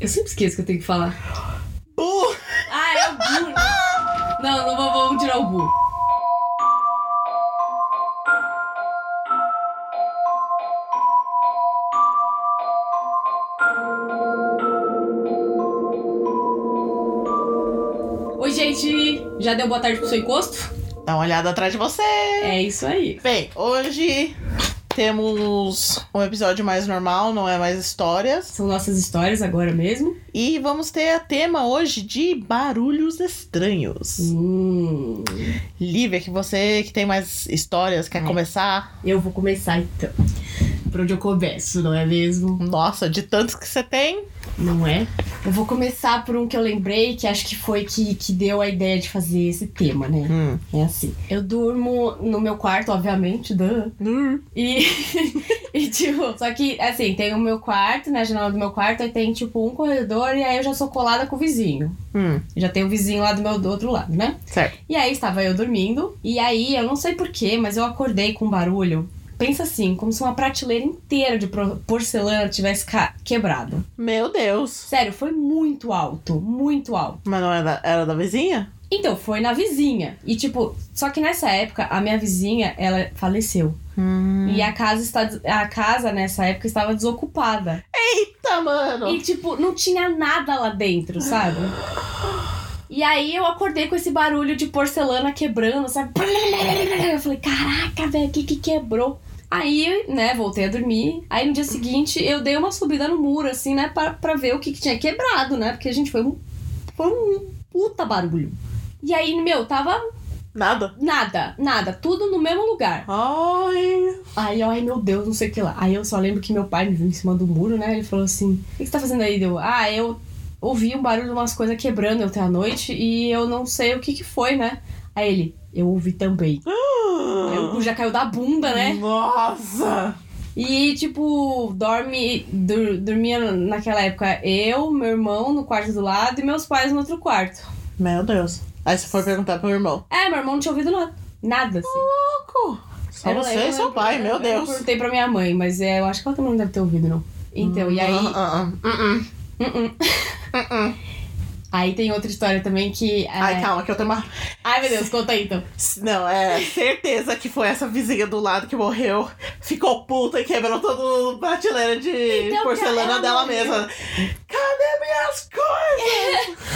Eu sempre esqueço que eu tenho que falar. Bu! Ah, é o Bu. Não, não vou- vamos tirar o Bu. Oi, gente! Já deu boa tarde pro seu encosto? Dá uma olhada atrás de você. É isso aí. Bem, hoje temos um episódio mais normal, não é mais histórias. São nossas histórias agora mesmo. E vamos ter a tema hoje de barulhos estranhos. Hum, Lívia, que você que tem mais histórias, quer É. começar? eu vou começar então. Por onde eu começo, não é mesmo? Nossa, de tantos que você tem. Não é? Eu vou começar por um que eu lembrei, que acho que foi que, que deu a ideia de fazer esse tema, né? Hum. É assim. Eu durmo no meu quarto, obviamente, duh. Hum. E, e tipo, só que assim, tem o meu quarto, na janela do meu quarto, aí tem tipo um corredor e aí eu já sou colada com o vizinho. Hum. Já tem o vizinho lá do meu do outro lado, né? Certo. E aí estava eu dormindo, e aí eu não sei porquê, mas eu acordei com um barulho. Pensa assim, como se uma prateleira inteira de pro- porcelana tivesse ca- quebrado. Meu Deus. Sério, foi muito alto, muito alto. Mas não era, era da vizinha? Então, foi na vizinha. E, tipo, só que nessa época, a minha vizinha, ela faleceu. Hum. E a casa, está, a casa, nessa época, estava desocupada. Eita, Tá, mano. E, tipo, não tinha nada lá dentro, sabe? E aí eu acordei com esse barulho de porcelana quebrando, sabe? Eu falei, caraca, velho, o que que quebrou? Aí, né, voltei a dormir. Aí no dia seguinte eu dei uma subida no muro, assim, né, pra, pra ver o que, que tinha quebrado, né? Porque, gente, foi um. Foi um puta barulho. E aí, meu, tava Nada. nada, nada, tudo no mesmo lugar. Ai. Aí, eu, ai meu Deus, não sei o que lá. Aí eu só lembro que meu pai me viu em cima do muro, né? Ele falou assim: O que que você tá fazendo aí? Deu, ah, eu ouvi um barulho de umas coisas quebrando até a noite e eu não sei o que que foi, né? Aí ele, eu ouvi também. Aí o cu já caiu da bunda, né? Nossa. E, tipo, dorme, dur- dormia naquela época eu, meu irmão no quarto do lado e meus pais no outro quarto. Meu Deus. Aí você foi perguntar pro irmão. É, meu irmão não tinha ouvido nada. Nada, assim. Louco. Só Eu não você lembro, e eu seu lembro, pai, eu meu lembro, Eu Deus. perguntei pra minha mãe, mas é, eu acho que ela também não deve ter ouvido, não. Então, e aí. Ah, ah, ah. Uh-uh. Uh-uh. Uh-uh. Aí tem outra história também que. é- Ai, calma, que eu tenho uma. Ai, meu Deus, conta aí então. Não, é certeza que foi essa vizinha do lado que morreu, ficou puta e quebrou toda a prateleira de Então, porcelana ela dela morreu. mesma. Cadê minhas coisas?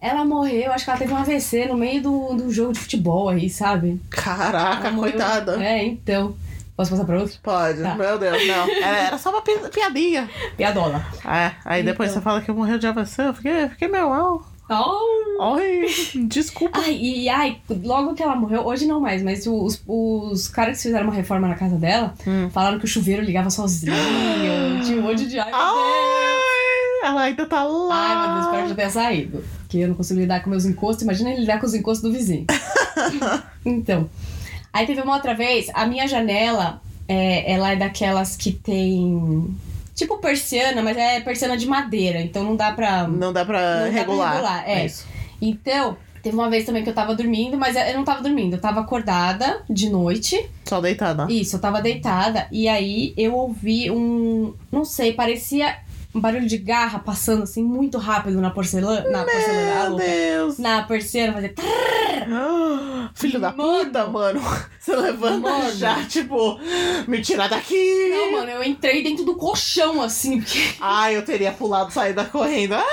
Ela morreu, acho que ela teve um AVC no meio do, do jogo de futebol aí, sabe? Caraca, Ela morreu- Tá coitada. É, então. Posso passar pra outra? Pode, Tá. meu Deus, não. Era, era só uma pi- piadinha. Piadola. É, aí depois Então. você fala que eu morreu de AVC, eu fiquei, eu fiquei meu mal. Oh. Ai, desculpa. Ai, e ai, logo que ela morreu, hoje não mais, mas os, os caras que fizeram uma reforma na casa dela Hum. falaram que o chuveiro ligava sozinho. tinha um monte de ai, meu Ah! Deus. Ai, ela ainda tá lá. Ai, meu Deus, espero já ter saído. Porque eu não consigo lidar com meus encostos. Imagina ele lidar com os encostos do vizinho. então. Aí teve uma outra vez, a minha janela, é, ela é daquelas que tem. Tipo persiana, mas é persiana de madeira, então não dá pra. Não dá pra Não dá pra regular. regular, é. Isso. Então, teve uma vez também que eu tava dormindo, mas eu não tava dormindo, eu tava acordada de noite. Só deitada. Isso, eu tava deitada e aí eu ouvi um. Não sei, parecia um barulho de garra passando assim muito rápido na porcelana. Na porcelana. alô. Meu Deus. Na persiana, fazer. "Tá, Ah, Filho da Mano. puta, mano. Você levanta Mano. já, tipo, me tira daqui. Não, mano, eu entrei dentro do colchão assim, porque. Ai, eu teria pulado, saído correndo. Ah,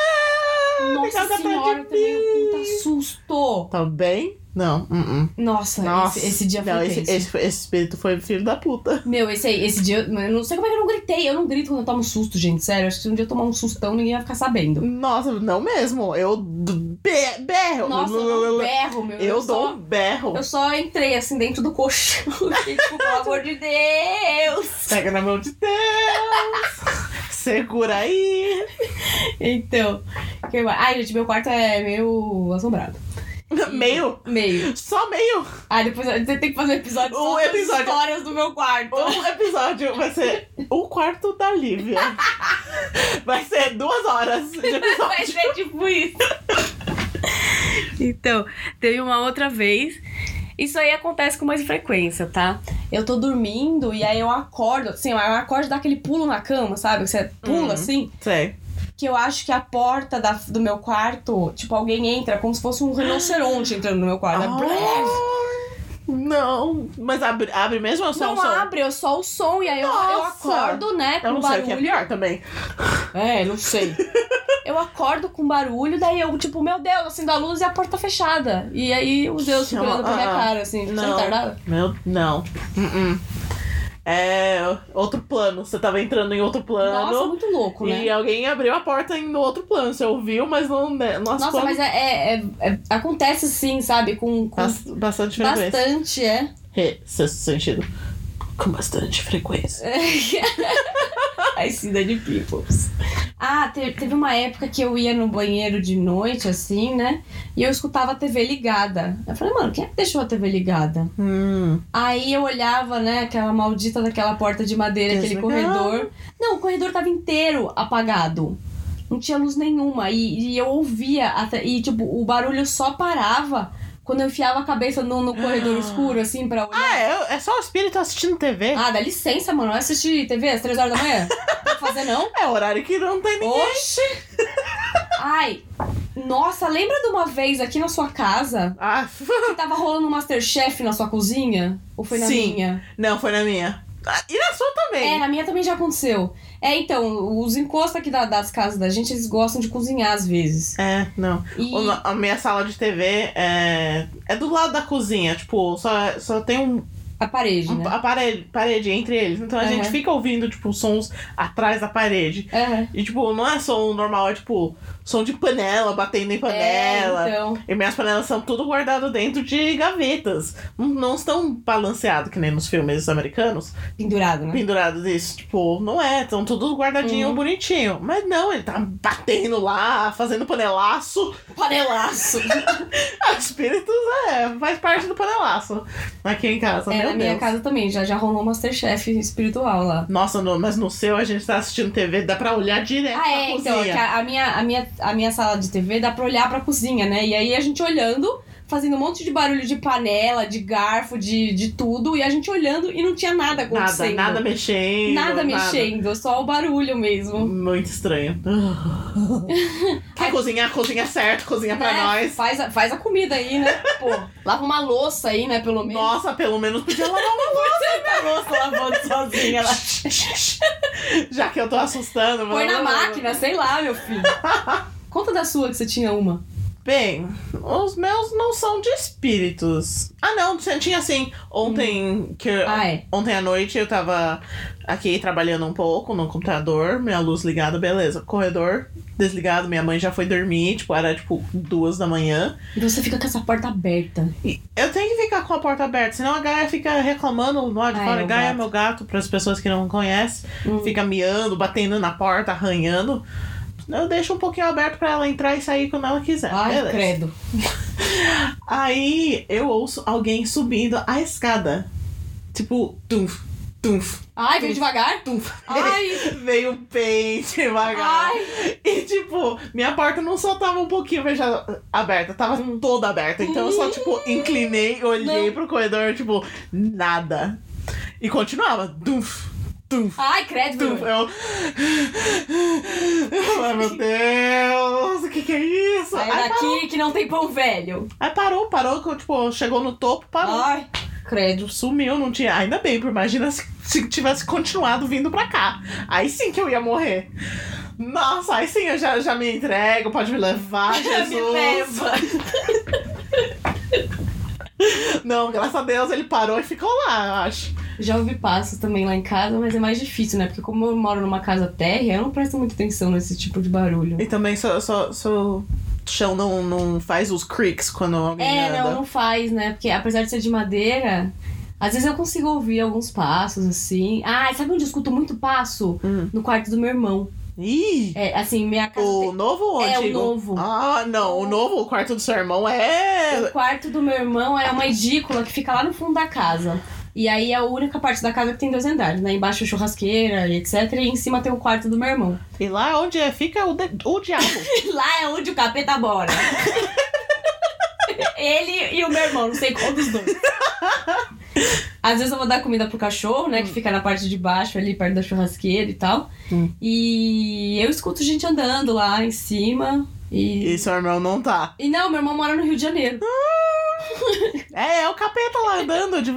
Nossa obrigada pra senhora, de também mim. um puta susto. Tá bem? Não, uh -uh. Nossa, Nossa. Esse, esse dia foi não, esse, tenso. esse, esse espírito foi filho da puta. Meu, esse aí, esse dia. mano, Eu não sei como é que eu não gritei. Eu não grito quando eu tomo susto, gente. Sério, acho que se um dia eu tomar um sustão, ninguém vai ficar sabendo. Nossa, não mesmo. Eu d- be- berro. Nossa, eu não berro, meu. Eu dou só- um berro. Eu só entrei assim dentro do colchão. Fiquei tipo, pelo amor de Deus! Pega na mão de Deus. Segura aí. Então, que mais? Ai, gente, meu quarto é meio assombrado. Meio. Meio. Só meio. Ah, depois você tem que fazer um episódio Um só das episódio. histórias do meu quarto. Um episódio vai ser o quarto da Lívia. Vai ser duas horas de Vai episódio. ser tipo isso. Então, teve uma outra vez. Isso aí acontece com mais frequência, tá? Eu tô dormindo e aí eu acordo, assim, eu acordo e dá aquele pulo na cama, sabe? Você pula Hum. assim. Sei. que eu acho que a porta da- do meu quarto, tipo, alguém entra como se fosse um rinoceronte entrando no meu quarto. É Ah, não, mas abre, abre mesmo ou só não o som? abre, é só o som, e aí eu, eu Nossa! acordo, né, Eu com não sei o que é barulho. pior também. É, não sei. eu acordo com barulho, daí eu, tipo, meu Deus, acendo a luz e a porta fechada. E aí os deuses Chama- olhando pra minha ah, cara, assim, você não. não tá nada? Meu, não. Uh-uh. É outro plano. Você tava entrando em outro plano. Nossa, muito louco, né? E alguém abriu a porta em no outro plano. Você ouviu, mas não. né, Nossa, Nossa, como- mas é, é- é- é- acontece sim, sabe? Com, com Bas- bastante frequência. bastante, é. Re- Sexto sentido. Com bastante frequência. Ai, sim, da de Peoples. Ah, te- teve uma época que eu ia no banheiro de noite, assim, né? E eu escutava a TV ligada. Eu falei, mano, quem é que deixou a TV ligada? Hum. Aí eu olhava, né, aquela maldita daquela porta de madeira, aquele Desligado. corredor. Não, o corredor tava inteiro apagado. Não tinha luz nenhuma. E, e eu ouvia, até- e tipo, o barulho só parava quando eu enfiava a cabeça no, no corredor escuro, assim, pra olhar. Ah, é, é só o espírito assistindo TV. Ah, dá licença, mano. Vai assistir TV às três horas da manhã? Não pode fazer, não? É horário que não tem ninguém. Oxi! Ai! Nossa, lembra de uma vez aqui na sua casa Ah, que tava rolando um Masterchef na sua cozinha? Ou foi na Sim. minha? não, foi na minha. Ah, E na sua É, também. na minha também já aconteceu. É, então, os encostos aqui da- das casas da gente, eles gostam de cozinhar às vezes. É, não. E O no- A minha sala de TV é, é do lado da cozinha. Tipo, só, só tem um, a parede, um né? a parede, parede entre eles. Então a Aham. gente fica ouvindo, tipo, sons atrás da parede. É. E, tipo, não é som normal, é tipo som de panela batendo em É, panela. então. E minhas panelas são tudo guardado dentro de gavetas. Não, não estão balanceados, que nem nos filmes americanos. Pendurado, né? Pendurados isso, tipo, não é. Estão tudo guardadinho, Uhum. bonitinho. Mas não, ele tá batendo lá, fazendo panelaço. Ah, Panelaço! Espíritos, é, faz parte do panelaço. Aqui em casa, é, meu na minha Deus. casa também, já, já rolou um Masterchef espiritual lá. Nossa, no- mas no seu a gente tá assistindo TV, dá pra olhar direto Ah, é, pra então, é cozinha. que a, a minha, a, minha, a minha sala de TV dá pra olhar pra cozinha, né? E aí a gente olhando, fazendo um monte de barulho de panela, de garfo, de, de tudo, e a gente olhando e não tinha nada Nada, é acontecendo. nada mexendo. Nada mexendo, só o barulho mesmo. Muito estranho. Quer cozinhar, cozinha certo, cozinha É pra Né? nós. Faz a, faz a comida aí, né? Pô, lava uma louça aí, né? Pelo menos. Nossa, pelo menos podia lavar uma tá? a louça lavando sozinha. Ela... Já que eu tô assustando. Põe mas- na máquina, sei lá, meu filho. Conta da sua que você tinha uma. Bem, os meus não são de espíritos. Ah, não, tinha assim. Ontem, que eu- Ah, é. ontem à noite eu tava aqui trabalhando um pouco no computador, minha luz ligada, beleza. Corredor desligado, minha mãe já foi dormir, tipo, era tipo duas da manhã. Então você fica com essa porta aberta. E eu tenho que ficar com a porta aberta, senão a Gaia fica reclamando lá de Ai, fora. meu Gaia é gato. meu gato, para as pessoas que não conhecem, Hum. fica miando, batendo na porta, arranhando. Eu deixo um pouquinho aberto pra ela entrar e sair quando ela quiser. Ai, beleza. credo. Aí eu ouço alguém subindo a escada. Tipo, tumf, tumf, Ai, veio devagar. tumf. Ai, Veio bem devagar. ai. E tipo, minha porta não só tava um pouquinho fechada, aberta, tava Hum. toda aberta. Então eu só, tipo, inclinei, olhei Não. pro corredor, tipo, nada. E continuava. Duf, duf, Ai, credo. duf. Eu. Ai, meu Deus, o que que é isso? Sai Aí, daqui que não tem pão velho. aí parou, parou, que eu, tipo, chegou no topo, parou. Ai, credo. Sumiu, não tinha. Ainda bem, porque imagina se, se tivesse continuado vindo pra cá. Aí sim que eu ia morrer. Nossa, aí sim eu já, já me entrego, pode me levar, Jesus. Me leva. Não, graças a Deus ele parou e ficou lá, eu acho. Já ouvi passos também lá em casa, mas é mais difícil, né? Porque como eu moro numa casa térrea, eu não presto muita atenção nesse tipo de barulho. E também só, só, só chão não, não faz os creaks quando alguém É, anda. não, não faz, né? Porque apesar de ser de madeira, às vezes eu consigo ouvir alguns passos, assim. Ah, sabe onde eu escuto muito passo? Hum. No quarto do meu irmão. Ih! É, assim, minha casa O novo ou o É, o antigo? novo. Ah, não. O novo, o quarto do seu irmão tem... O é. quarto do meu irmão é uma edícula que fica lá no fundo da casa. E aí é a única parte da casa que tem dois andares, né? Embaixo é churrasqueira e etc. E em cima tem o quarto do meu irmão. E lá onde é, fica o, de- o diabo. E lá é onde o capeta mora. Ele e o meu irmão, não sei qual dos dois. Às vezes eu vou dar comida pro cachorro, né? Que fica na parte de baixo ali, perto da churrasqueira e tal. Hum. E eu escuto gente andando lá em cima. E... E seu irmão não tá. e não, meu irmão mora no Rio de Janeiro. É, é o capeta lá andando, de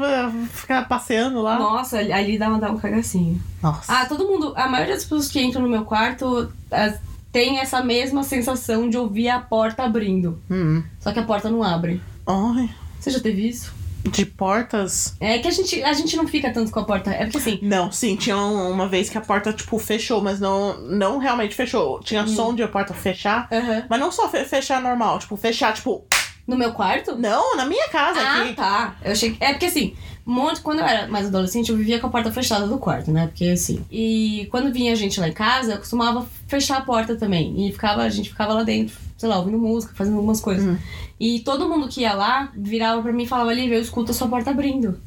ficar passeando lá. Nossa, ali- ali dá, dá um cagacinho. Nossa. Ah, todo mundo. A maioria das pessoas que entram no meu quarto as- tem essa mesma sensação de ouvir a porta abrindo. Hum. Só que a porta não abre. Ai, Você já teve isso? de portas? É que a gente, a gente não fica tanto com a porta. É porque assim. Não, sim, tinha um- uma vez que a porta, tipo, fechou, mas não, não realmente fechou. Hum. Tinha som de a porta fechar. aham. Mas não só fe- fechar normal, tipo, fechar, tipo, No meu quarto? não, na minha casa Ah, aqui. tá. Eu achei que- É porque assim, um monte, quando eu era mais adolescente, eu vivia com a porta fechada do quarto, né? Porque assim. E quando vinha gente lá em casa, eu costumava fechar a porta também. E ficava, a gente ficava lá dentro, sei lá, ouvindo música, fazendo algumas coisas. Hum. E todo mundo que ia lá virava pra mim e falava, Lívia, eu escuto a sua porta abrindo.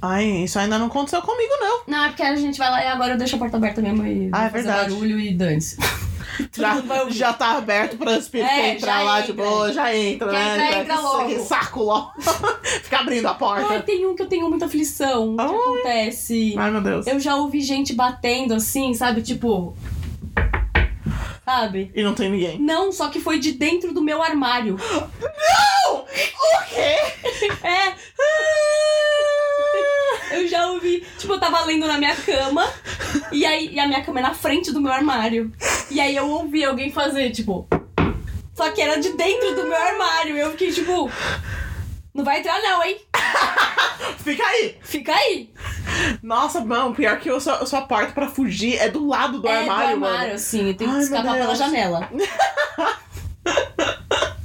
Ai, isso ainda não aconteceu comigo, não. Não, é porque a gente vai lá e agora eu deixo a porta aberta mesmo e Ah, é vou fazer verdade. barulho e dane-se. Já, já tá aberto pra os espírito É, entrar já lá de entra. boa, já entra, Quer né? entrar, Já- entra que logo. saco logo. Fica abrindo a Ai, porta. tem um que eu tenho muita aflição. O que Ai. acontece? Ai, meu Deus. Eu já ouvi gente batendo assim, sabe? Tipo. Sabe? E não tem ninguém. Não, só que foi de dentro do meu armário. O quê? É, eu já ouvi. Tipo, eu tava lendo na minha cama. E aí, e a minha cama é na frente do meu armário. E aí eu ouvi alguém fazer, tipo. Só que era de dentro do meu armário. Eu fiquei, tipo. Não vai entrar, não, hein? Fica aí. Fica aí. Nossa, mano, pior que eu, sua, sua porta pra fugir é do lado do é armário, do armário, assim. Tem que Ai, meu escapar pela Deus. janela. mano.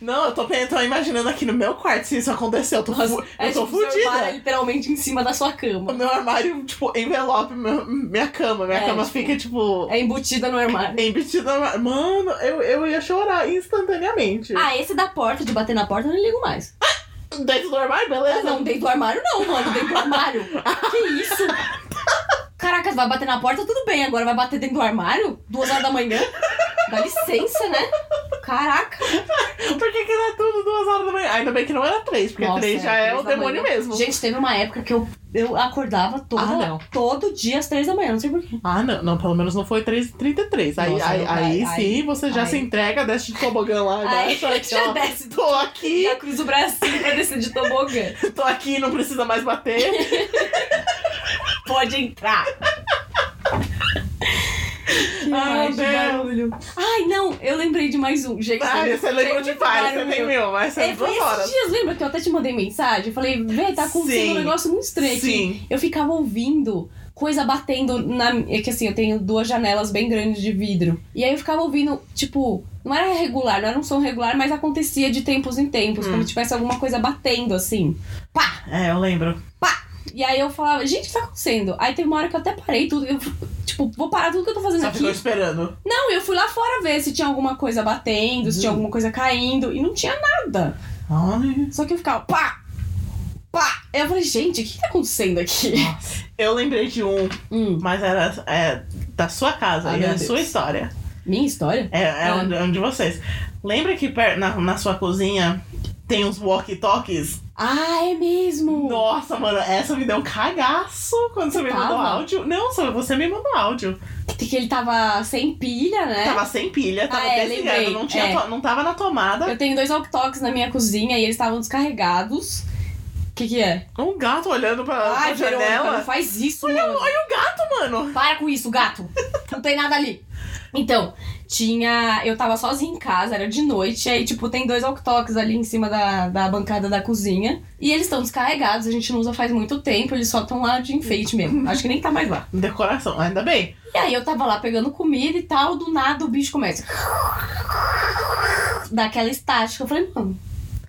Não, eu tô, pen- tô imaginando aqui no meu quarto se isso aconteceu. Eu tô, fu- é eu tô tipo, seu armário é fudida. literalmente em cima da sua cama. O meu armário, tipo, envelope meu- minha cama. Minha É, cama tipo, fica, tipo, É embutida no armário. embutida no armário. Mano, eu, eu ia chorar instantaneamente. Ah, esse da porta, de bater na porta, eu não ligo mais. Dentro do armário, beleza? Ah, não, dentro do armário não, mano. Dentro do armário. Que isso? Caraca, vai bater na porta, tudo bem. Agora vai bater dentro do armário? Duas horas da manhã? Dá licença, né? Caraca. Por que que era tudo duas horas da manhã? Ainda bem que não era três, porque Nossa, três já é, três o da demônio manhã. mesmo. Gente, teve uma época que eu, eu acordava toda, Ah, não. todo dia às três da manhã, não sei porquê. Ah, não, não, pelo menos não foi 3h33. Aí, Nossa, aí, não, aí, ai, sim, você já ai. se entrega, desce de tobogã lá Aí embaixo. aqui, já ó. desce do... Tô aqui, Já cruza o bracinho pra descer de tobogã. tô aqui, não precisa mais bater. Pode entrar. Que Ai, voz de Ah, Deus. barulho. Ai, não, eu lembrei de mais um. Gente, Ai, Ah, você lembrou de muito várias, você barulho. tem meu, mas são É, foi duas esses horas. dias, lembra que eu até te mandei mensagem? Eu Falei, vê, tá acontecendo Sim. um negócio muito estranho aqui. Sim. Eu ficava ouvindo coisa batendo na. É que assim, eu tenho duas janelas bem grandes de vidro. E aí eu ficava ouvindo, tipo, não era regular, não era um som regular, mas acontecia de tempos em tempos, Hum. como se tivesse alguma coisa batendo, assim. É, eu lembro. E aí eu falava, gente, o que tá acontecendo? Aí teve uma hora que eu até parei tudo. Eu, tipo, vou parar tudo que eu tô fazendo Só aqui. ficou esperando. Não, eu fui lá fora ver se tinha alguma coisa batendo, se tinha Hum. alguma coisa caindo. E não tinha nada. Ai. Só que eu ficava pá, pá. Eu falei, gente, o que tá acontecendo aqui? Eu lembrei de um, Hum, mas era é, da sua casa, Ai, e Ah, meu é a Deus. sua história. minha história? É, é, Ah. Um, de- um de vocês. Lembra que per- na, na sua cozinha tem uns walkie-talkies? Ah, é mesmo? Nossa, mano, essa me deu um cagaço quando você me mandou tava? áudio. Não, só você me mandou áudio. Que ele tava sem pilha, né? Tava sem pilha, tava Ah, é, desligado, lembrei. não, tinha É. to- não tava na tomada. Eu tenho dois altoques na minha cozinha e eles estavam descarregados. O que que é? Um gato olhando pra, pra Ai, Verônica, não janela. faz isso, Olha, mano. olha o gato, mano. Para com isso, gato. Não tem nada ali. Então, tinha. Eu tava sozinha em casa, era de noite, aí, tipo, tem dois walkie-talkies ali em cima da, da bancada da cozinha. E eles estão descarregados, a gente não usa faz muito tempo, eles só estão lá de enfeite mesmo. Acho que nem tá mais lá. Decoração, ainda bem. E aí eu tava lá pegando comida e tal, do nada o bicho começa. Dá aquela estática. Eu falei, mano,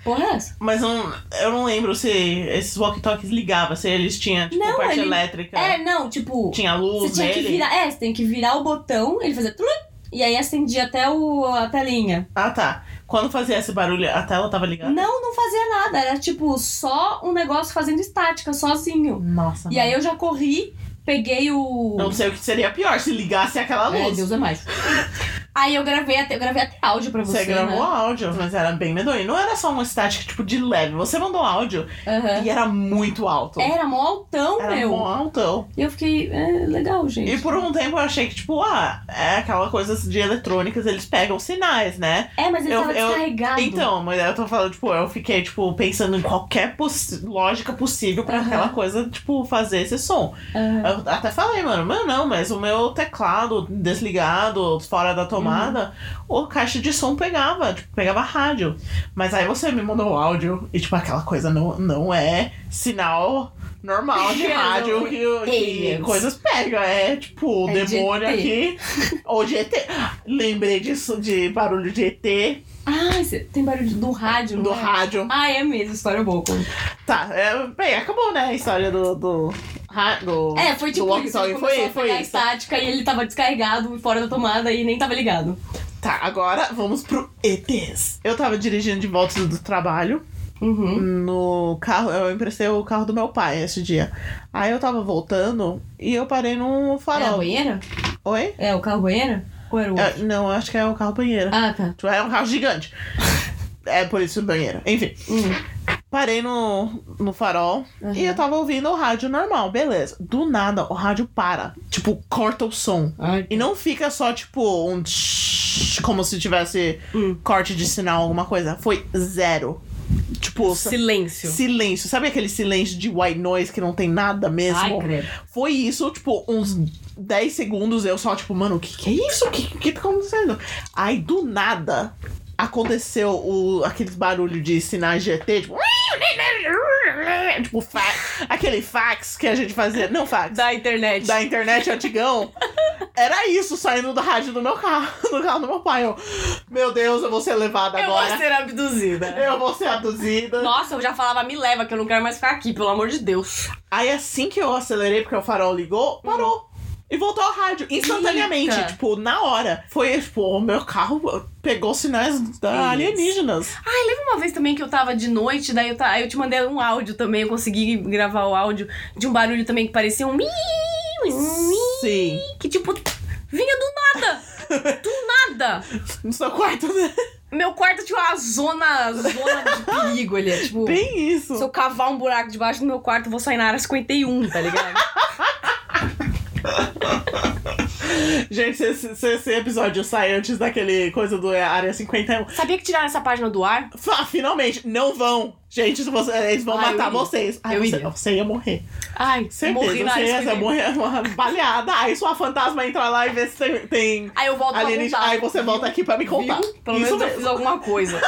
porra é essa? Mas não, eu não lembro se esses walkie-talkies ligavam, se eles tinham, tipo, Não, parte ele- elétrica. É, não, tipo. Tinha luz Você tinha que nele. virar. É, você tem que virar o botão, ele fazia. tru- E aí acendia até o, a telinha. Ah, tá. Quando fazia esse barulho, a tela tava ligada? Não, não fazia nada. Era tipo só um negócio fazendo estática, sozinho. Nossa. E aí eu já corri, peguei o. Não sei o que seria pior, se ligasse aquela é, luz. Deus é mais. Aí eu gravei até, eu gravei até áudio pra você. Você gravou Né? áudio, mas era bem medonho. Não era só uma estática, tipo, de leve. Você mandou áudio Aham. e era muito alto. Era mó altão, Era É. meu. mó altão. E eu fiquei, é, legal, gente. E por um tempo eu achei que, tipo, ah, é aquela coisa de eletrônicas, eles pegam sinais, né? É, mas ele Eu- tava eu- descarregado. Então, mas eu tô falando, tipo, eu fiquei, tipo, pensando em qualquer possi- lógica possível pra Aham. aquela coisa, tipo, fazer esse som. Aham. Eu até falei, mano, mas não, mas o meu teclado desligado, fora da tomada, o caixa de som pegava, tipo, pegava rádio. Mas aí você me mandou o áudio e, tipo, aquela coisa não, não é sinal normal de É, rádio não. que, o- que Aliens. coisas pegam. É tipo, o É demônio GT. aqui. Ou GT. Lembrei disso, de barulho de ET, Ah, cê- tem barulho do rádio, não do é? rádio. Ah, é mesmo, história boa. conta. Tá, é, bem, acabou, né, a história do. do, ra- do É, foi tipo do isso. ele walkie-talkie. começou Foi, a foi pegar isso. estática e ele tava descarregado fora da tomada e nem tava ligado. Tá, agora vamos pro ETs. Eu tava dirigindo de volta do trabalho Uhum. no carro, eu emprestei o carro do meu pai esse dia. Aí eu tava voltando e eu parei num Era a farol. banheira? Oi? É, o carro banheira? Ou era o outro? É, não, eu acho que é o carro banheiro. Ah, tá. Tipo, É um carro gigante. é por isso banheiro. Enfim, Hum. parei no, no farol Aham. e eu tava ouvindo o rádio normal, beleza. Do nada, o rádio para. Tipo, corta o som. Ai. E não fica só, tipo, um tsh, como se tivesse Hum. corte de sinal, alguma coisa. Foi zero. Tipo, sa- Silêncio. silêncio. Sabe aquele silêncio de white noise que não tem nada mesmo? Ai, credo. Foi isso, tipo, uns 10 segundos eu só, tipo, mano, o que, que é isso? O que, que tá acontecendo? Aí, do nada, aconteceu o, aqueles barulho de sinais GT, tipo. Tipo, fa aquele fax que a gente fazia. Não, fax Da internet. da internet antigão, era isso saindo da rádio do meu carro, do carro do meu pai. Eu, meu Deus, eu vou ser levada Eu vou agora. ser abduzida. Eu vou ser abduzida. Nossa, eu já falava, me leva, que eu não quero mais ficar aqui, pelo amor de Deus. Aí assim que eu acelerei, porque o farol ligou, parou. E voltou ao rádio, instantaneamente, Eita. tipo, na hora. Foi, tipo, o meu carro pegou sinais da alienígenas. Ai, lembra uma vez também que eu tava de noite, daí eu, ta- aí eu te mandei um áudio também, eu consegui gravar o áudio de um barulho também que parecia um mi, um Sim. que tipo vinha do nada. Do nada. No seu quarto, né? Meu quarto tinha uma zona, zona de perigo ali, é tipo, Bem isso. se eu cavar um buraco debaixo do meu quarto, eu vou sair na área 51, tá ligado? Gente, se, se- se esse episódio sai antes daquele coisa do Área 51, Sabia que tiraram essa página do ar? Fa- Finalmente, não vão. Gente, se você- eles vão Ah, eu matar ia. vocês. Ai, Eu você, ia. você ia morrer. Ai, Certeza, morri na você área ia, você ia 51. morrer uma baleada. Aí sua fantasma entra lá e vê se tem, tem Aí eu volto pra alienígena. contar. Aí você volta aqui pra me contar. Viu? Pelo Isso menos eu mesmo. fiz alguma coisa.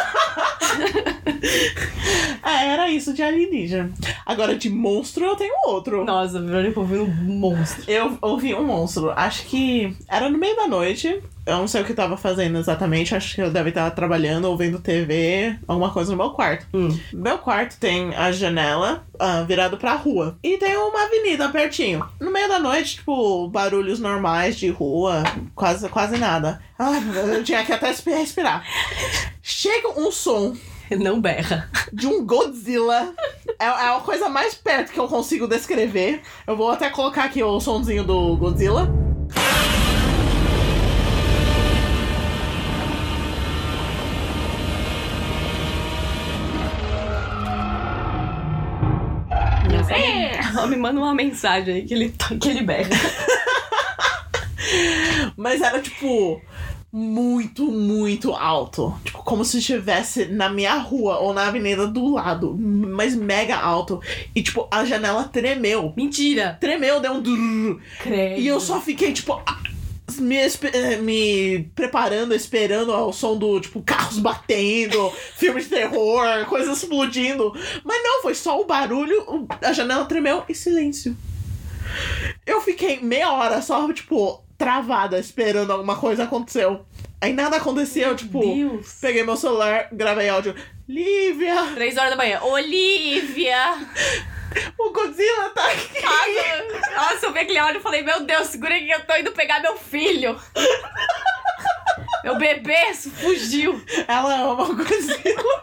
É, era isso de alienígena. Agora, de monstro, eu tenho outro. Nossa, Verônica ouvindo um monstro. Eu ouvi um monstro. Acho que era no meio da noite. Eu não sei o que eu tava fazendo exatamente. Acho que eu deve estar trabalhando ou vendo TV, alguma coisa no meu quarto. Hum. Meu quarto tem a janela ah, virado pra rua. E tem uma avenida pertinho. No meio da noite, tipo, barulhos normais de rua, quase, quase nada. Ai, meu Deus, eu tinha que até espi- respirar. Chega um som Não berra. de um Godzilla. É, é a coisa mais perto que eu consigo descrever. Eu vou até colocar aqui o somzinho do Godzilla. Ela me manda uma mensagem aí que ele, tá- que ele berra. Mas era tipo muito, muito alto. Tipo, como se estivesse na minha rua ou na avenida do lado, mas mega alto. E tipo, a janela tremeu. Mentira! Tremeu, deu um drrr. Credo. E eu só fiquei tipo ah, me, espe- eh, me preparando, esperando ao som do tipo carros batendo, filme de terror, coisas explodindo. Mas não, foi só o barulho, o- a janela tremeu e silêncio. Eu fiquei meia hora só, tipo, travada, esperando alguma coisa aconteceu. Aí nada aconteceu, tipo, Deus. peguei meu celular, gravei áudio. Lívia, Três horas da manhã. Olivia! o Godzilla tá aqui. Nossa, nossa, eu vi aquele áudio e falei, meu Deus, segura aqui que eu tô indo pegar meu filho. Meu bebê fugiu. Ela ama o Godzilla.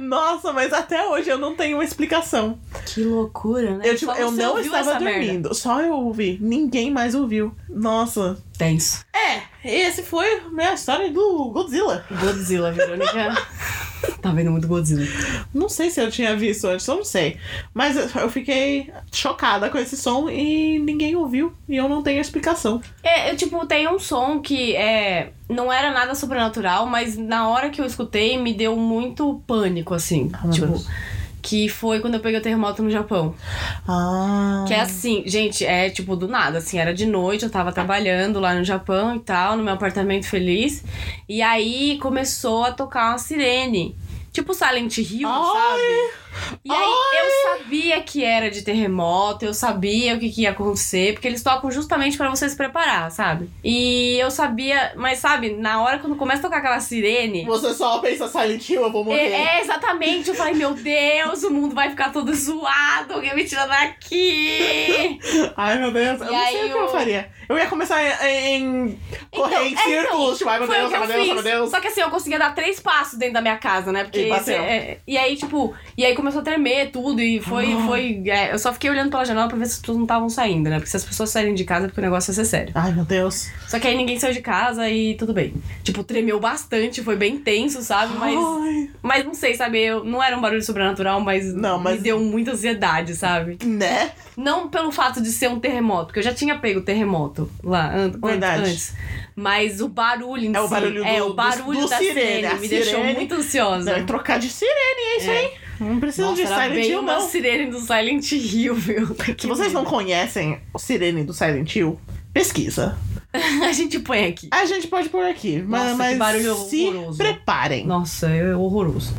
Nossa, mas até hoje eu não tenho uma explicação. Que loucura, né? Eu, tipo, Só eu você não ouviu estava essa merda. dormindo, só eu ouvi. Ninguém mais ouviu. Nossa. Tenso. É, esse foi né, a minha história do Godzilla. Godzilla, Verônica. tá vendo muito Godzilla. Não sei se eu tinha visto antes, eu não sei. Mas eu- eu fiquei chocada com esse som e ninguém ouviu. E eu não tenho explicação. É, eu, tipo, tem um som que é, não era nada sobrenatural, mas na hora que eu escutei me deu muito pânico, assim. Ah, meu tipo, Deus. que foi quando eu peguei o terremoto no Japão. Ah. Que é assim, gente, é tipo do nada, assim, era de noite, eu tava trabalhando lá no Japão e tal, no meu apartamento feliz. E aí começou a tocar uma sirene. Tipo Silent Hill, Ai! sabe? E aí eu sabia que era de terremoto, eu sabia o que, que ia acontecer, porque eles tocam justamente pra você se preparar, sabe? E eu sabia, mas sabe, na hora quando começa a tocar aquela sirene, Você só pensa Silent Hill, eu vou morrer. é, é, exatamente. Eu falei, meu Deus, o mundo vai ficar todo zoado, alguém me tira daqui. Ai, meu Deus. E eu não sei aí o que eu o- faria. Eu ia começar em, em correr Então, em é, círculos. tipo, ai, meu Foi Deus, ai, o meu que Deus, ai, eu meu fiz. Deus. Só que assim, eu conseguia dar três passos dentro da minha casa, né? Porque. E bateu. é, e aí, tipo, e aí começou a tremer tudo. E foi. Ah. foi é, eu só fiquei olhando pela janela pra ver se as pessoas não estavam saindo, né? Porque se as pessoas saírem de casa, é porque o negócio ia ser sério. Ai, meu Deus. Só que aí ninguém saiu de casa e tudo bem. Tipo, tremeu bastante, foi bem tenso, sabe? Mas. Ai. Mas não sei, sabe? Eu, não era um barulho sobrenatural, mas, Não, mas- me deu muita ansiedade, sabe? Né? Não pelo fato de ser um terremoto, porque eu já tinha pego terremoto lá an Verdade. Verdade. antes. Mas o barulho em É o si, barulho é do- o barulho do- do da sirene, sirene, a me sirene. deixou muito ansiosa. Não, trocar de sirene, é isso É. aí. Não precisa Nossa, de era Silent bem Hill, uma não. sirene do Silent Hill, viu? Se vocês não conhecem o sirene do Silent Hill, pesquisa. não... A gente põe aqui. A gente pode pôr aqui, Nossa, ma- que mas, barulho se horroroso. preparem. Nossa, é horroroso.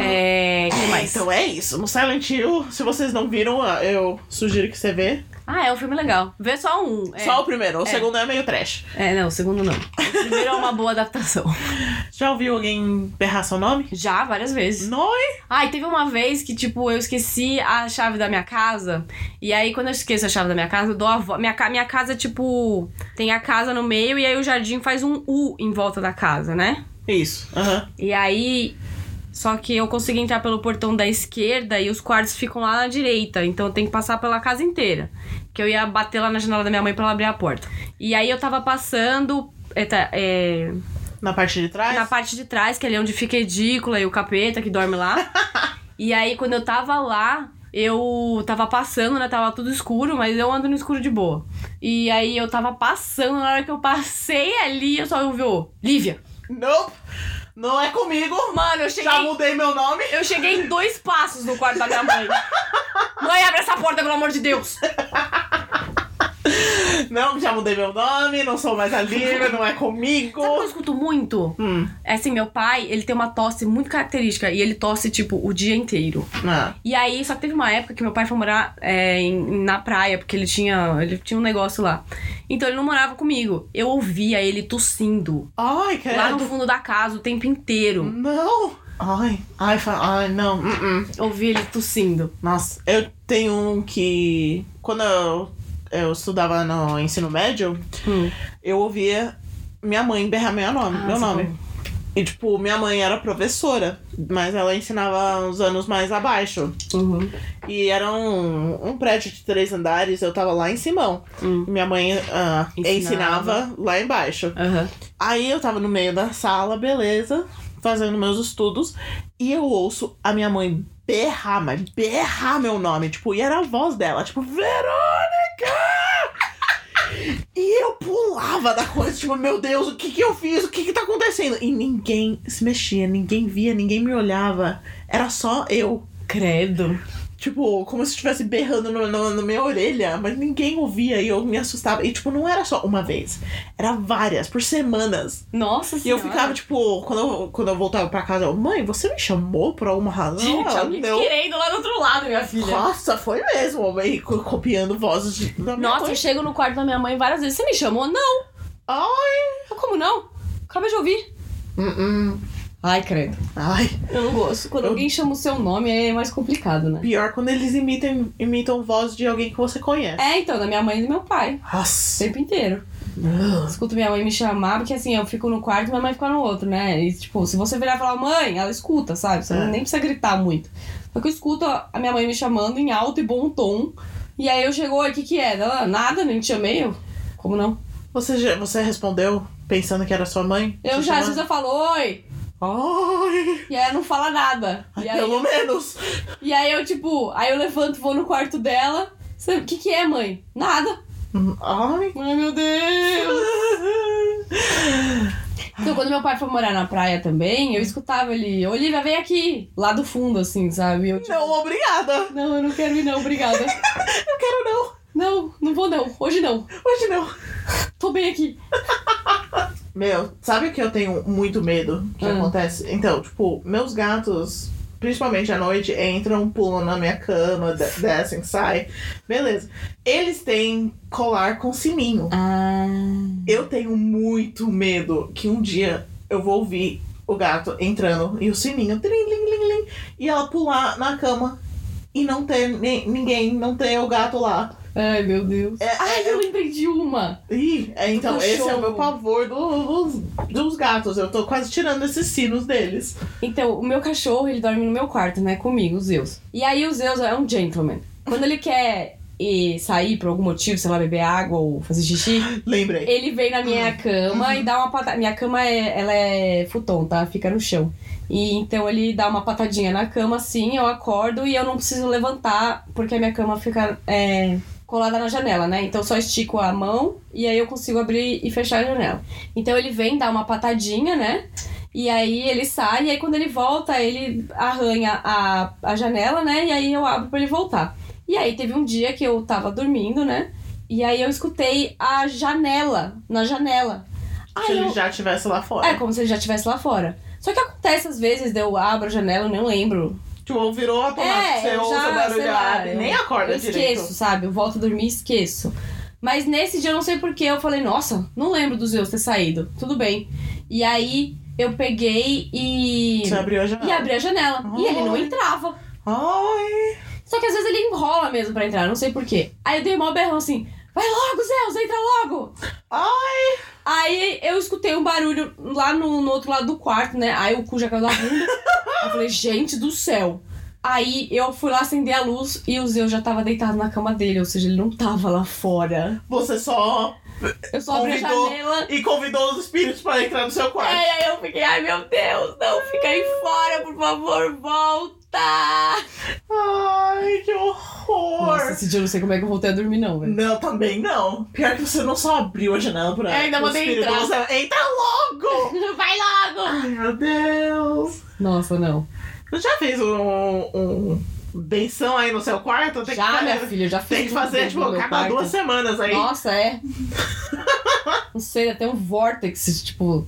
É... que mais? Então é isso. No Silent Hill, se vocês não viram, ah, eu sugiro que você vê. Ah, é um filme legal. Vê só um. É, Só o primeiro, o segundo é meio trash. é não, o segundo não. O primeiro é uma boa adaptação. Já ouviu alguém berrar seu nome? Já, várias vezes. Noi? Ai, teve uma vez que, tipo, eu esqueci a chave da minha casa. E aí, quando eu esqueço a chave da minha casa, eu dou a volta. Minha, ca- minha casa, tipo, tem a casa no meio e aí o jardim faz um U em volta da casa, né? É Isso. Aham. E aí. Só que eu consegui entrar pelo portão da esquerda e os quartos ficam lá na direita. Então eu tenho que passar pela casa inteira. Que eu ia bater lá na janela da minha mãe pra ela abrir a porta. E aí eu tava passando. eita, é, Na parte de trás? na parte de trás, que é ali onde fica a edícula e o capeta que dorme lá. e aí, quando eu tava lá, eu tava passando, né? Tava tudo escuro, mas eu ando no escuro de boa. E aí eu tava passando, na hora que eu passei ali, eu só ouvi o Lívia. Nope. Não é comigo. Mano, eu cheguei. Já mudei meu nome. Eu cheguei em dois passos no quarto da minha mãe. Mãe, abre essa porta, pelo amor de Deus! Não, já mudei meu nome. Não sou mais a Lívia. não é comigo. Sabe o que eu escuto muito? Hum. É assim, meu pai, ele tem uma tosse muito característica e ele tosse, tipo, o dia inteiro. Ah. E aí, só que teve uma época que meu pai foi morar é, em- na praia, porque ele tinha, ele tinha um negócio lá. Então ele não morava comigo. Eu ouvia ele tossindo Ai, credo. Hum. lá no fundo da casa o tempo inteiro. Não. Ai, ai, fa- ai, não. Uh-uh. Eu ouvia ele tossindo. Nossa, eu tenho um que. Quando eu, eu estudava no ensino médio, Hum. eu ouvia minha mãe berrar meu nome. Ah, meu sacou. nome. E, tipo, minha mãe era professora, mas ela ensinava uns anos mais abaixo. Uhum. E era um, um prédio de três andares, eu tava lá em Simão. Hum. Minha mãe ah, ensinava. Ensinava. lá embaixo. Aham. Aí eu tava no meio da sala, beleza, fazendo meus estudos, e eu ouço a minha mãe berrar, mas berrar meu nome, tipo, e era a voz dela, tipo, Verônica! e eu pulava da coisa, tipo, meu Deus, o que que eu fiz? O que que tá acontecendo? E ninguém se mexia, ninguém via, ninguém me olhava, era só eu. Credo. Tipo, como se estivesse berrando no, no- na minha orelha, mas ninguém ouvia e eu me assustava. E, tipo, não era só uma vez, era várias, por semanas. Nossa E eu senhora. ficava, tipo, quando eu, quando eu voltava pra casa, eu, mãe, você me chamou por alguma razão? Gente, Ela, alguém tipo, não. querendo lá do outro lado, minha filha. Nossa, foi mesmo. Aí, co- copiando vozes de, da minha Nossa, mãe. eu chego no quarto da minha mãe várias vezes. Você me chamou? Não. Ai. Eu, Como não? Acabei de ouvir. Hum, hum. Ai, credo. Ai. Eu não gosto. Quando Eu- alguém chama o seu nome é mais complicado, né? Pior quando eles imitam, imitam voz de alguém que você conhece. É, então, da minha mãe e do meu pai. O Nossa. tempo inteiro. Escuto minha mãe me chamar, porque assim, eu fico no quarto e minha mãe fica no outro, né? E tipo, se você virar e falar, mãe, ela escuta, sabe? Você É. nem precisa gritar muito. Só que eu escuto a minha mãe me chamando em alto e bom tom. E aí eu chego, oi, o que que é? Ela, nada, nem te chamei. Eu, como não? Você, já- você respondeu pensando que era sua mãe? Eu Te já, às chamando? vezes eu falo, oi. Ai, E aí ela não fala nada. E aí, pelo menos. e aí eu, tipo, aí eu levanto, vou no quarto dela. O que que é, mãe? Nada. Ai. Ai, meu Deus. Então, quando meu pai foi morar na praia também, eu escutava ele, Olivia, vem aqui! Lá do fundo, assim, sabe? Eu, tipo, Não, obrigada. não, eu não quero ir, não, obrigada. Não quero não. não, não vou não, hoje não. Hoje não. Tô bem aqui. Meu, sabe que eu tenho muito medo que Hum. acontece? Então, tipo, meus gatos, principalmente à noite, entram, pulam na minha cama, de- descem, saem. Beleza. Eles têm colar com sininho. Ah. Eu tenho muito medo que um dia eu vou ouvir o gato entrando e o sininho, trim, lim, lim, lim, e ela pular na cama e não ter nem, ninguém, não ter o gato lá. Ai, meu Deus. É- Ai, é- eu lembrei de uma. Ih, é, então, Do esse é cachorro. o meu pavor do- dos, dos gatos. Eu tô quase tirando esses sinos deles. Então, o meu cachorro, ele dorme no meu quarto, né? Comigo, o Zeus. E aí, o Zeus é um gentleman. Quando ele quer ir sair por algum motivo, sei lá, beber água ou fazer xixi, Lembrei. Ele vem na minha cama e dá uma patada. Minha cama é, ela é futon, tá? Fica no chão. E então ele dá uma patadinha na cama, assim, eu acordo e eu não preciso levantar, porque a minha cama fica é, colada na janela, né? Então eu só estico a mão e aí eu consigo abrir e fechar a janela. Então ele vem, dá uma patadinha, né? E aí ele sai, e aí quando ele volta, ele arranha a, a janela, né? E aí eu abro pra ele voltar. E aí teve um dia que eu tava dormindo, né? E aí eu escutei a janela, na janela. Se Aí ele eu... já estivesse lá fora. É, como se ele já estivesse lá fora. Só que acontece às vezes, eu abro a janela, eu nem lembro. Tipo, virou automático. É, você eu ouça já, o barulho sei lá, abre, eu- nem acorda eu esqueço, direito. sabe? Eu volto a dormir e esqueço. Mas nesse dia eu não sei porquê, eu falei, nossa, não lembro dos Zeus ter saído. Tudo bem. E aí eu peguei e. Você abriu a janela. E abri a janela. E ele não Ai. entrava. Ai. Só que às vezes ele enrola mesmo pra entrar, não sei porquê. Aí eu dei mó berrão assim: vai logo, Zeus, entra logo! Ai. Aí eu escutei um barulho lá no, no outro lado do quarto, né? Aí o cu já caiu da bunda. eu falei: gente do céu. Aí eu fui lá acender a luz e o Zeus já tava deitado na cama dele, ou seja, ele não tava lá fora. Você só. Eu só abri a Convidou. janela. E convidou os espíritos pra entrar no seu quarto. É, aí eu fiquei, ai meu Deus, não fica aí fora, por favor, volta! Ai, que horror. Nossa, esse dia eu não sei como é que eu voltei a dormir, não, velho. Não, também não. Pior que você não só abriu a janela pra. É, ainda pro mandei espírito, entrar. Você... Entra logo! Vai logo! Ai, meu Deus. Nossa, não. Você já fez um. um... Benção aí no seu quarto? Tem já, que minha fazer, filha, eu já fiz. tem que tudo fazer tipo, no meu cada quarto. duas semanas aí. Nossa, é. Não sei, até um vórtex, tipo,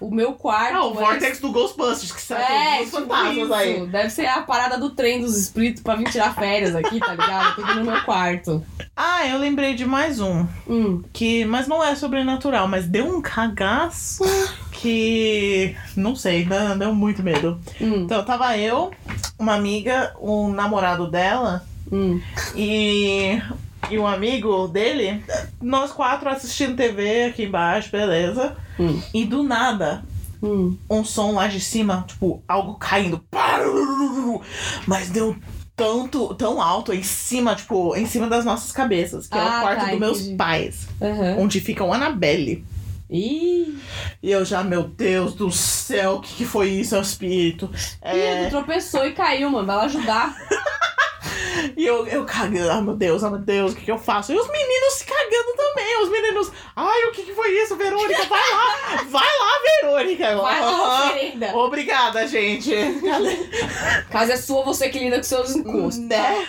o meu quarto. Ah, o é- Vortex do Ghostbusters, que sai É, todos os tipo fantasmas isso. aí. Deve ser a parada do trem dos espíritos pra vir tirar férias aqui, tá ligado? Tudo no meu quarto. Ah, eu lembrei de mais um. Hum. Que, mas não é sobrenatural, mas deu um cagaço que. Não sei, dá- deu muito medo. Hum, Então, tava eu, uma amiga, um namorado dela. hum. e, e um amigo dele, nós quatro assistindo TV aqui embaixo, beleza. Hum. E do nada, Hum. um som lá de cima, tipo, algo caindo. Mas deu tanto, tão alto em cima, tipo, em cima das nossas cabeças, que é Ah, o quarto tá, dos meus entendi. pais, Aham. onde ficam Annabelle. Ih. E eu já, meu Deus do céu, o que, que foi isso, é um espírito? É, Ih, tu tropeçou e caiu, mano. Vai lá ajudar. E eu, eu cagando, ah meu Deus, ah meu Deus, o que, que eu faço? E os meninos se cagando também, os meninos, ai, o que, que foi isso, Verônica? Vai lá, vai lá, Verônica. Eu, Vai lá, "Ah, oferenda. Obrigada, gente. Cadê? Casa é sua, você que lida com seus encostos. né?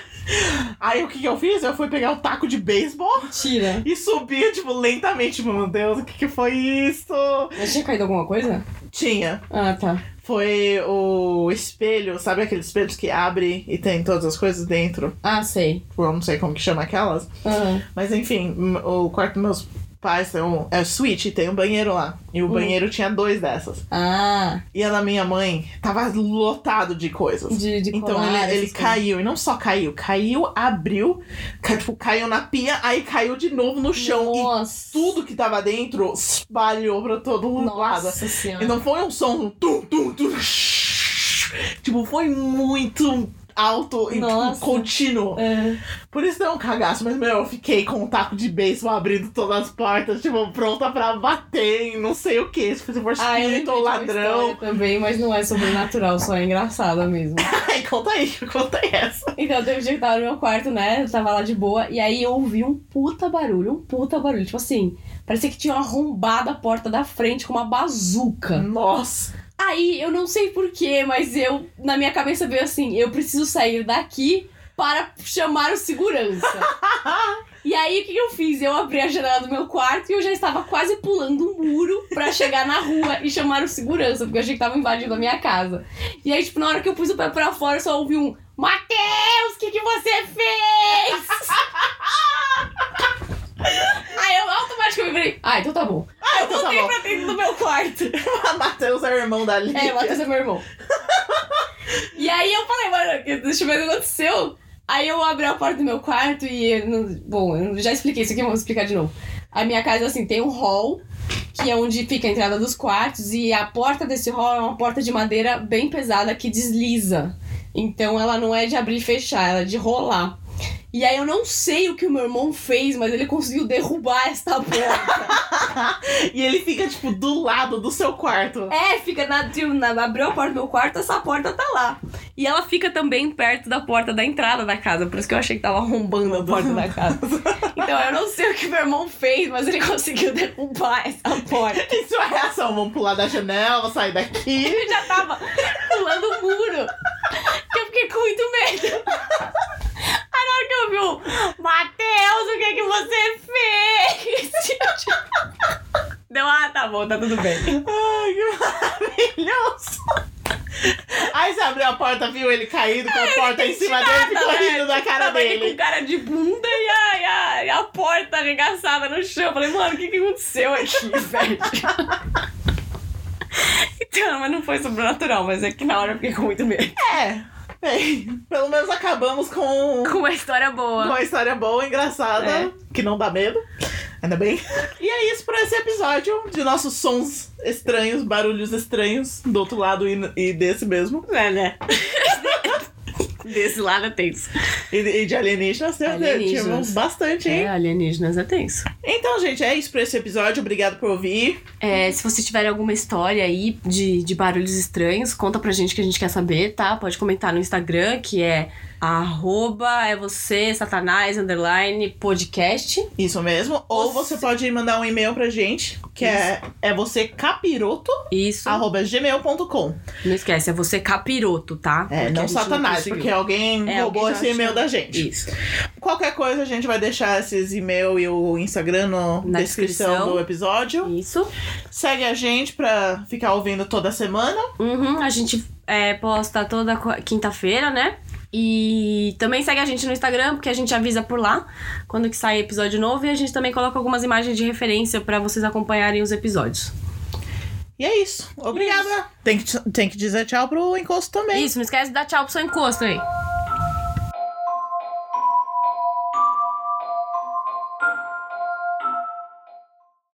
Aí o que, que eu fiz? Eu fui pegar o taco de beisebol Mentira. e subia, tipo, lentamente, tipo, meu Deus, o que, que foi isso? Mas tinha caído alguma coisa? Tinha. Ah, tá. Foi o espelho, sabe aqueles espelhos que abre e tem todas as coisas dentro? Ah, sei. Tipo, Eu não sei como que chama aquelas. Aham. Mas enfim, m- o quarto dos meus pais tem um. É suíte, tem um banheiro lá. E o Hum. banheiro tinha dois dessas. Ah, E a da minha mãe tava lotado de coisas. de, de Então colar, ele, ele essas coisas. caiu, e não só caiu, caiu, abriu, ca- tipo, caiu na pia, aí caiu de novo no chão. Nossa. E tudo que tava dentro espalhou pra todo lado. Nossa senhora. E não foi um som um tum, tum, tum. Tipo, foi muito alto e tipo, Nossa. contínuo. É. Por isso deu um cagaço, mas, meu, eu fiquei com um taco de beisebol abrindo todas as portas, tipo, pronta pra bater em não sei o que. Se for Ah, eu lembrei de espírito ou uma um ladrão. história também, mas não é sobrenatural, só é engraçada mesmo. Ai, conta aí, conta aí essa. Então, teve um dia que eu tava no meu quarto, né? Eu tava lá de boa. E aí eu ouvi um puta barulho, um puta barulho. Tipo assim, parecia que tinha arrombado a porta da frente com uma bazuca. Nossa. Aí eu não sei porquê, mas eu, na minha cabeça veio assim: eu preciso sair daqui para chamar o segurança. E aí, o que que eu fiz? Eu abri a janela do meu quarto e eu já estava quase pulando um muro pra chegar na rua e chamar o segurança, porque eu achei que tava invadindo a minha casa. E aí, tipo, na hora que eu pus o pé pra fora, eu só ouvi um Matheus, o que, que você fez? aí eu automaticamente falei, ah, então tá bom. Aí eu então tá voltei bom. pra dentro do meu quarto. Matheus é o irmão da Lívia. É, o Matheus é meu irmão. e aí eu falei, mano, deixa eu ver o que aconteceu. Aí eu abri a porta do meu quarto e. eu não- Bom, eu já expliquei isso aqui, mas vou explicar de novo. A minha casa, assim, tem um hall, que é onde fica a entrada dos quartos, e a porta desse hall é uma porta de madeira bem pesada que desliza. Então ela não é de abrir e fechar, ela é de rolar. E aí eu não sei o que o meu irmão fez, mas ele conseguiu derrubar esta porta. E ele fica, tipo, do lado do seu quarto. É, fica na, tipo, na- abriu a porta do meu quarto, essa porta tá lá. E ela fica também perto da porta da entrada da casa, por isso que eu achei que tava arrombando a porta da casa. Então eu não sei o que meu irmão fez, mas ele conseguiu derrubar essa porta. E sua reação? Vamos pular da janela, vamos sair daqui. Ele já tava pulando o muro. Que eu fiquei com muito medo. Aí na hora que eu vi o Matheus, o que é que você fez? Deu, ah, tá bom, tá tudo bem. Ai, que maravilhoso. Aí você abriu a porta, viu ele caído Ah, com a porta em cima dele, ficou rindo da cara né? Tava ele dele. com cara de bunda e a, e a, e a porta arregaçada no chão. Eu Falei, mano, o que, que aconteceu aqui, velho? Então, mas não foi sobrenatural, mas é que na hora eu fiquei com muito medo. É. Bem, pelo menos acabamos com Com uma história com boa. uma história boa, engraçada, É. que não dá medo. Ainda bem. E é isso pra esse episódio de nossos sons estranhos, barulhos estranhos, do outro lado e, e desse mesmo. É, né? Desse lado é tenso. E, e de alienígenas, eu- eu- Alienígenas. tivemos bastante, hein? alienígenas é tenso. Então, gente, é isso pra esse episódio. Obrigado por ouvir. É, se vocês tiverem alguma história aí de, de barulhos estranhos, conta pra gente que a gente quer saber, tá? Pode comentar no Instagram, que é arroba é você, satanás, underline, podcast. Isso mesmo. Ou você pode mandar um e-mail pra gente, que é, é você capiroto, Isso. arroba gmail.com. Não esquece, é você capiroto, tá? Porque É, a não gente satanás, conseguiu. porque alguém É, roubou alguém já esse e-mail achou. da gente. Isso. Qualquer coisa, a gente vai deixar esses e-mail e o Instagram no- Na descrição, descrição. do episódio. Isso. Segue a gente pra ficar ouvindo toda semana. Uhum, a gente é, posta toda qu- quinta-feira, né? E também segue a gente no Instagram, porque a gente avisa por lá quando que sai episódio novo e a gente também coloca algumas imagens de referência pra vocês acompanharem os episódios. E é isso. Obrigada. Tem, que, tem que dizer tchau pro encosto também. Isso, não esquece de dar tchau pro seu encosto aí.